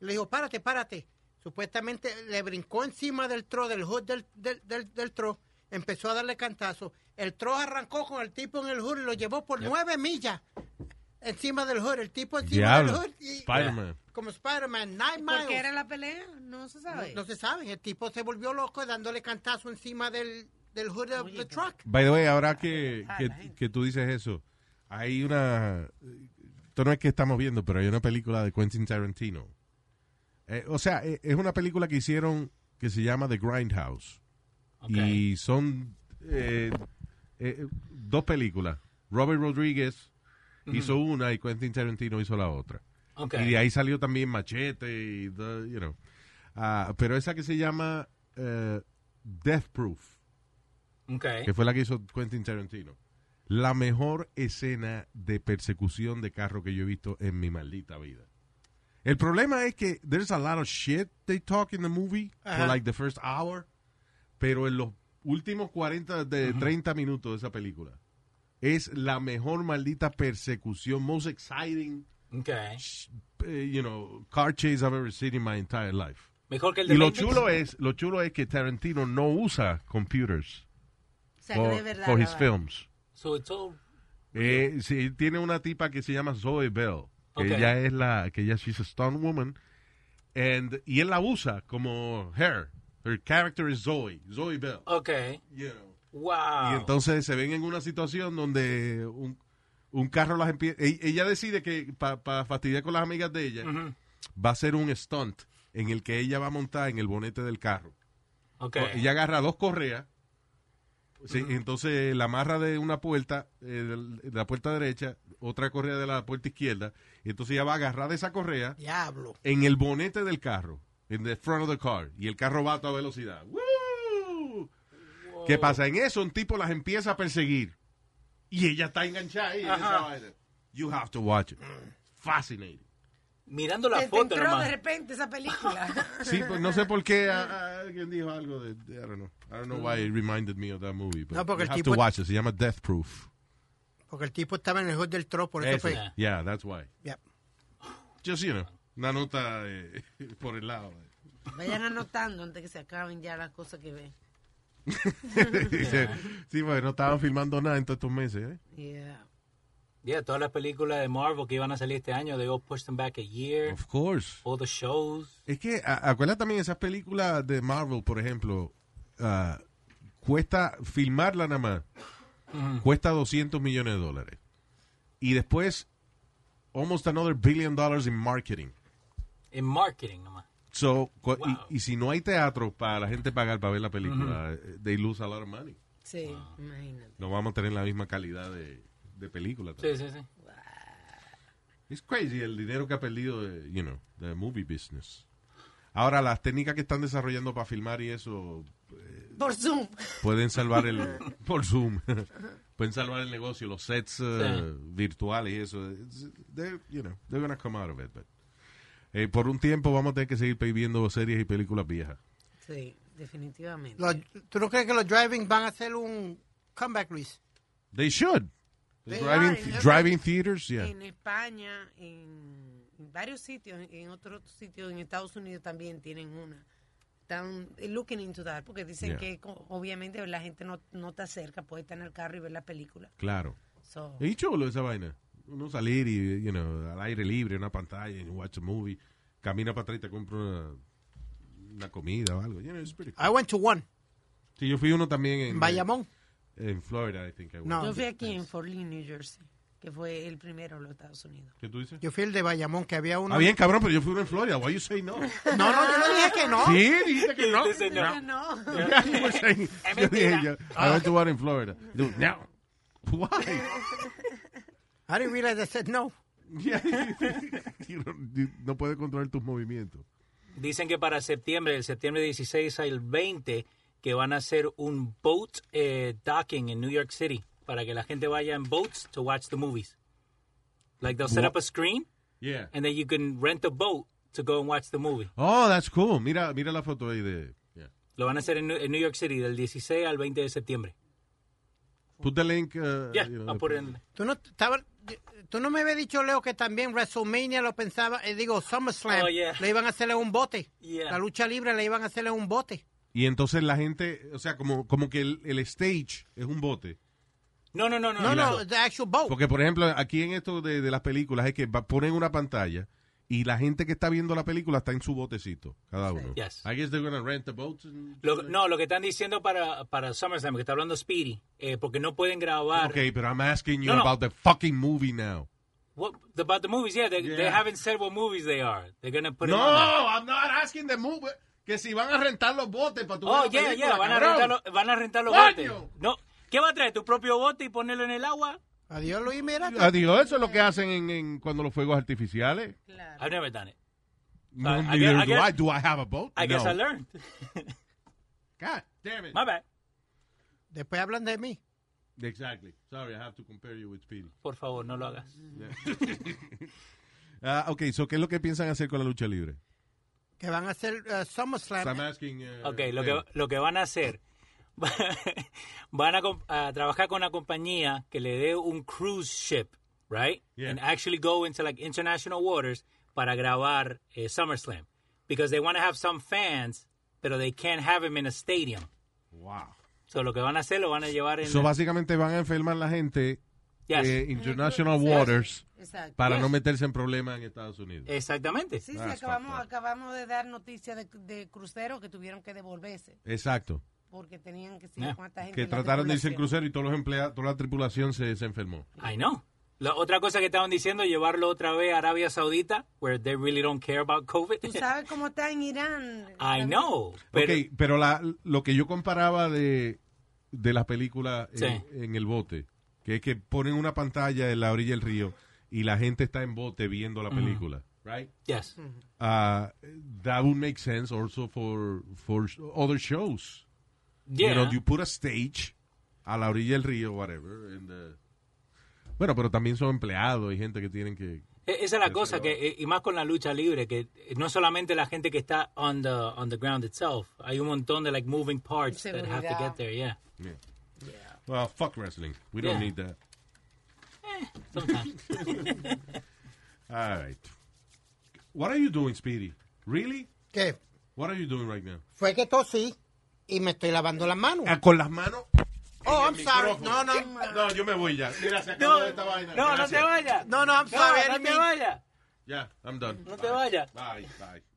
[SPEAKER 7] le dijo, párate, párate. Supuestamente le brincó encima del tro, del hood del, del, del, del tro, empezó a darle cantazo. El tro arrancó con el tipo en el hood y lo llevó por nueve millas encima del hood. El tipo encima
[SPEAKER 3] Diablo.
[SPEAKER 7] del hood. y-
[SPEAKER 3] Spider-Man.
[SPEAKER 7] Como Spider-Man,
[SPEAKER 5] ¿Por
[SPEAKER 7] nine miles.
[SPEAKER 5] qué era la pelea? No se sabe.
[SPEAKER 7] No se sabe, el tipo se volvió loco dándole cantazo encima del, del hood of the truck.
[SPEAKER 3] By the way, ahora que,
[SPEAKER 5] Ah,
[SPEAKER 3] que,
[SPEAKER 5] la gente.
[SPEAKER 3] que tú dices eso, hay una... Esto no es que estamos viendo, pero hay una película de Quentin Tarantino. Eh, o sea, eh, es una película que hicieron que se llama The Grindhouse.
[SPEAKER 4] Okay.
[SPEAKER 3] Y son eh, eh, dos películas. Robert Rodriguez hizo una y Quentin Tarantino hizo la otra.
[SPEAKER 4] okay.
[SPEAKER 3] Y de ahí salió también Machete y, the- you know. Ah, pero esa que se llama eh, Death Proof,
[SPEAKER 4] okay.
[SPEAKER 3] que fue la que hizo Quentin Tarantino. la mejor escena de persecución de carro que yo he visto en mi maldita vida. El problema es que there's a lot of shit they talk in the movie
[SPEAKER 7] Ajá.
[SPEAKER 3] for like the first hour, pero en los últimos 40 de 30 minutos de esa película es la mejor maldita persecución, most exciting,
[SPEAKER 4] Okay.
[SPEAKER 3] sh- eh, you know, car chase I've ever seen in my entire life.
[SPEAKER 4] Mejor que el de
[SPEAKER 3] Y lo
[SPEAKER 4] Matrix.
[SPEAKER 3] chulo es, lo chulo es que Tarantino no usa computers
[SPEAKER 5] O sea, que de
[SPEAKER 3] for,
[SPEAKER 5] verdad.
[SPEAKER 3] for
[SPEAKER 5] la
[SPEAKER 3] his
[SPEAKER 5] va-
[SPEAKER 3] films.
[SPEAKER 4] So it's all-
[SPEAKER 3] Eh, sí, tiene una tipa que se llama Zoe Bell. que
[SPEAKER 4] Ok.
[SPEAKER 3] Ella es la, que ella she's a stunt woman. And, y él la usa como her. Her character is Zoe, Zoe Bell.
[SPEAKER 4] Okay.
[SPEAKER 3] you know.
[SPEAKER 4] Oh. Wow.
[SPEAKER 3] Y entonces se ven en una situación donde un, un carro las empieza... e- Ella decide que para fastidiar con las amigas de ella, va a hacer un stunt en el que ella va a montar en el bonete del carro.
[SPEAKER 4] okay.
[SPEAKER 3] Ella agarra dos correas. sí, Entonces la amarra de una puerta, eh, del- de la puerta derecha, otra correa de la puerta izquierda. y Entonces ella va a agarrar esa correa
[SPEAKER 7] Diablo.
[SPEAKER 3] en el bonete del carro, en the front of the car. Y el carro va a toda velocidad. ¡Woo! ¿Qué pasa? En eso un tipo las empieza a perseguir. Y ella está enganchada ahí en esa vaina. You have to watch it. Fascinating.
[SPEAKER 4] Mirando
[SPEAKER 5] Te-
[SPEAKER 4] la
[SPEAKER 5] te
[SPEAKER 4] foto
[SPEAKER 5] entró de
[SPEAKER 4] nomás.
[SPEAKER 5] repente esa película.
[SPEAKER 3] Sí, pues no sé por qué ah, ah, alguien dijo algo de, de- I don't know. I don't know why it reminded me of that movie. But
[SPEAKER 7] No, porque
[SPEAKER 3] you
[SPEAKER 7] el
[SPEAKER 3] have
[SPEAKER 7] tipo-
[SPEAKER 3] to watch it. Se llama Death Proof.
[SPEAKER 7] Porque el tipo estaba en el hood del tro, por eso
[SPEAKER 3] Ese.
[SPEAKER 7] fue.
[SPEAKER 4] Yeah.
[SPEAKER 3] Yeah, that's why.
[SPEAKER 7] Yep.
[SPEAKER 3] Just, you know, una nota eh, (laughs) por el lado.
[SPEAKER 5] (laughs)
[SPEAKER 3] eh. (laughs)
[SPEAKER 5] Vayan anotando antes que se acaben ya las cosas que ven.
[SPEAKER 3] Dice, sí, bueno, no estaban filmando nada en todos estos meses. ¿eh?
[SPEAKER 5] Yeah.
[SPEAKER 4] Yeah, todas las películas de Marvel que iban a salir este año, they all pushed them back a year.
[SPEAKER 3] Of course.
[SPEAKER 4] All the shows.
[SPEAKER 3] Es que, a- acuérdate también esas películas de Marvel, por ejemplo, ah, cuesta filmarla nada más, cuesta 200 millones de dólares. Y después, almost another billion dollars in marketing.
[SPEAKER 4] En marketing nomás.
[SPEAKER 3] So, cu- y-
[SPEAKER 4] Wow.
[SPEAKER 3] y, si no hay teatro para la gente pagar para ver la película, eh, they lose a lot of money.
[SPEAKER 5] Sí, imagínate.
[SPEAKER 3] No vamos a tener la misma calidad de, de película.
[SPEAKER 4] Sí, sí, sí.
[SPEAKER 3] Es crazy el dinero que ha perdido, eh, you know, the movie business. Ahora, las técnicas que están desarrollando para filmar y eso,
[SPEAKER 5] Por Zoom.
[SPEAKER 3] pueden salvar
[SPEAKER 4] (laughs)
[SPEAKER 3] el por Zoom (laughs) pueden salvar el negocio los sets eh, virtuales y eso It's- they're, you know, they're gonna come out of it but- Eh, por un tiempo vamos a tener que seguir viendo series y películas viejas
[SPEAKER 5] Sí, definitivamente.
[SPEAKER 7] Los- ¿Tú no crees que los driving van a hacer un comeback, Luis?
[SPEAKER 3] they should
[SPEAKER 5] They
[SPEAKER 3] driving,
[SPEAKER 5] are.
[SPEAKER 3] driving theaters yeah
[SPEAKER 5] En España, en, en varios sitios, en, en otros sitios, en Estados Unidos también tienen una. Están looking into that, porque dicen
[SPEAKER 3] Yeah.
[SPEAKER 5] que co- obviamente la gente no, no está cerca, puede estar en el carro y ver la película.
[SPEAKER 3] claro
[SPEAKER 5] So,
[SPEAKER 3] y chulo esa vaina uno salir y you know, al aire libre una pantalla and watch a movie camina para atrás y te compra una, una comida o algo you know, it's pretty cool.
[SPEAKER 7] I went to one.
[SPEAKER 3] sí, yo fui uno también en
[SPEAKER 7] En Bayamón.
[SPEAKER 3] en Florida I think I went.
[SPEAKER 7] No.
[SPEAKER 5] yo fui aquí en Fort Lee, New Jersey, que fue el primero en los Estados Unidos.
[SPEAKER 3] ¿qué tú dices?
[SPEAKER 7] Yo fui el de Bayamón, que había uno.
[SPEAKER 3] Ah, bien, cabrón, pero yo fui uno en Florida. Why you say no?
[SPEAKER 7] No, no, yo no dije que no.
[SPEAKER 3] Sí, dijiste que no. (laughs)
[SPEAKER 4] Dice no.
[SPEAKER 5] No,
[SPEAKER 3] Yeah, you were saying- yo dije, yo, I went to one in Florida. Dude, no. Why? (laughs)
[SPEAKER 7] I didn't realize I said no.
[SPEAKER 3] Yeah, you don't- you no puedes controlar tus movimientos.
[SPEAKER 4] Dicen que para septiembre, del septiembre 16 al 20, que van a hacer un boat eh, docking en New York City para que la gente vaya en boats to watch the movies. Like they'll set up a screen
[SPEAKER 3] Yeah.
[SPEAKER 4] and then you can rent a boat to go and watch the movie.
[SPEAKER 3] Oh, that's cool. Mira, mira la foto ahí de... yeah.
[SPEAKER 4] Lo van a hacer en, New- en New York City del 16 al 20 de septiembre.
[SPEAKER 3] Put the link. uh,
[SPEAKER 4] Yeah,
[SPEAKER 3] you know,
[SPEAKER 4] I'll put it in.
[SPEAKER 7] Tú no, estaba, tú no me habías dicho, Leo, que también WrestleMania lo pensaba, eh, digo, SummerSlam,
[SPEAKER 4] Oh, yeah.
[SPEAKER 7] le iban a hacerle un bote.
[SPEAKER 4] Yeah.
[SPEAKER 7] La lucha libre le iban a hacerle un bote.
[SPEAKER 3] Y entonces la gente, o sea, como, como que el, el stage es un bote.
[SPEAKER 4] No, no, no, no.
[SPEAKER 7] No,
[SPEAKER 4] no.
[SPEAKER 7] no, the actual
[SPEAKER 4] Oh.
[SPEAKER 7] boat.
[SPEAKER 3] Porque, por ejemplo, aquí en esto de, de las películas es que va- ponen una pantalla y la gente que está viendo la película está en su botecito, cada uno.
[SPEAKER 4] Yes.
[SPEAKER 3] I guess they're gonna rent the boats and-
[SPEAKER 4] Lo, no, lo que están diciendo para, para SummerSlam, que está hablando Speedy, eh, porque no pueden grabar.
[SPEAKER 3] Okay, but I'm asking you
[SPEAKER 4] No, no.
[SPEAKER 3] about the fucking movie now.
[SPEAKER 4] What, about the movies, yeah they, they
[SPEAKER 3] Yeah.
[SPEAKER 4] haven't said what movies they are. They're going to put it on there.
[SPEAKER 3] I'm not asking the movie. Que si van a rentar los botes para tu
[SPEAKER 4] Oh, yeah, yeah, van a, rentar los, van a rentar los botes.
[SPEAKER 3] Coño.
[SPEAKER 4] No, ¿Qué va a traer? ¿Tu propio bote y ponerlo en el agua?
[SPEAKER 7] Adiós, Luis, mira.
[SPEAKER 3] Adiós, Ah, eso es lo que hacen en, en- cuando los fuegos artificiales.
[SPEAKER 5] claro.
[SPEAKER 4] I've never done it.
[SPEAKER 3] No,
[SPEAKER 4] I
[SPEAKER 3] neither
[SPEAKER 4] guess- I
[SPEAKER 3] do
[SPEAKER 4] guess-
[SPEAKER 3] I. Do I have a boat?
[SPEAKER 4] I guess
[SPEAKER 3] no.
[SPEAKER 4] I learned. (laughs)
[SPEAKER 3] God damn it.
[SPEAKER 4] My bad.
[SPEAKER 7] Después hablan de mí.
[SPEAKER 3] Exactly. Sorry, I have to compare you with Speedy.
[SPEAKER 4] Por favor, no lo hagas.
[SPEAKER 3] Ah, ok, so, ¿qué es lo que piensan hacer con la lucha libre?
[SPEAKER 7] Que van a hacer eh, SummerSlam.
[SPEAKER 3] So I'm asking. uh,
[SPEAKER 4] Ok, lo que,
[SPEAKER 3] Leo.
[SPEAKER 4] lo que van a hacer, (laughs) van a, com- a trabajar con una compañía que le dé un cruise ship, right?
[SPEAKER 3] Yeah.
[SPEAKER 4] And actually go into like international waters para grabar eh, SummerSlam. Because they want to have some fans, pero they can't have them in a stadium.
[SPEAKER 3] Wow.
[SPEAKER 4] So lo que van a hacer lo van a llevar en...
[SPEAKER 3] So, básicamente van a enfermar la gente
[SPEAKER 4] Yes.
[SPEAKER 3] eh,
[SPEAKER 5] (laughs)
[SPEAKER 3] international waters
[SPEAKER 5] Exacto.
[SPEAKER 3] para no meterse en problemas en Estados Unidos.
[SPEAKER 4] Eh. Exactamente.
[SPEAKER 5] Sí, sí,
[SPEAKER 3] That's
[SPEAKER 5] acabamos,
[SPEAKER 3] fucked up.
[SPEAKER 5] acabamos de dar noticias de, de cruceros que tuvieron que devolverse
[SPEAKER 3] Exacto.
[SPEAKER 5] porque tenían que
[SPEAKER 4] Yeah.
[SPEAKER 5] seguir cuánta gente.
[SPEAKER 3] Ah, Que
[SPEAKER 5] en la
[SPEAKER 3] trataron de irse en
[SPEAKER 5] tripulación.
[SPEAKER 3] crucero y todos los empleados, toda la tripulación se, se enfermó.
[SPEAKER 4] I know. La otra cosa que estaban diciendo, llevarlo otra vez a Arabia Saudita, where they really don't care about COVID.
[SPEAKER 5] Tú sabes cómo está en Irán.
[SPEAKER 4] (laughs) I know. Pero,
[SPEAKER 3] ok, pero la, lo que yo comparaba de, de las películas en,
[SPEAKER 4] Sí.
[SPEAKER 3] en el bote, que es que ponen una pantalla en la orilla del río y la gente está en bote viendo la película. Right?
[SPEAKER 4] Yes.
[SPEAKER 3] Uh, that would make sense also for, for other shows.
[SPEAKER 4] Yeah.
[SPEAKER 3] You know, you put a stage a la orilla del río, whatever. and, uh, bueno, pero también son empleados y gente que tienen que...
[SPEAKER 4] E- Esa es la cosa, que, y más con la lucha libre, que no solamente la gente que está on the, on the ground itself, hay un montón de like moving parts that have to
[SPEAKER 5] Seguridad.
[SPEAKER 4] get there, yeah.
[SPEAKER 3] Yeah. Well, fuck wrestling. We don't
[SPEAKER 4] Yeah. Eh,
[SPEAKER 3] need that.
[SPEAKER 4] Sometimes.
[SPEAKER 3] (laughs) All right. What are you doing, Speedy? Really?
[SPEAKER 7] Que
[SPEAKER 3] What are you doing right now?
[SPEAKER 7] fue que tosí y me estoy lavando las manos.
[SPEAKER 3] Ah, con las manos.
[SPEAKER 7] Oh,
[SPEAKER 3] en
[SPEAKER 7] I'm
[SPEAKER 3] el
[SPEAKER 7] sorry. No,
[SPEAKER 3] micrófono.
[SPEAKER 7] no.
[SPEAKER 3] No, yo me voy ya. Mira, se acabó esta vaina.
[SPEAKER 4] no, no
[SPEAKER 3] Gracias.
[SPEAKER 4] te vayas.
[SPEAKER 7] No, no, I'm sorry, I
[SPEAKER 4] No,
[SPEAKER 7] didn't
[SPEAKER 4] te
[SPEAKER 7] mean-
[SPEAKER 4] vayas.
[SPEAKER 3] Ya, I'm done.
[SPEAKER 4] No te vayas.
[SPEAKER 3] Bye, bye.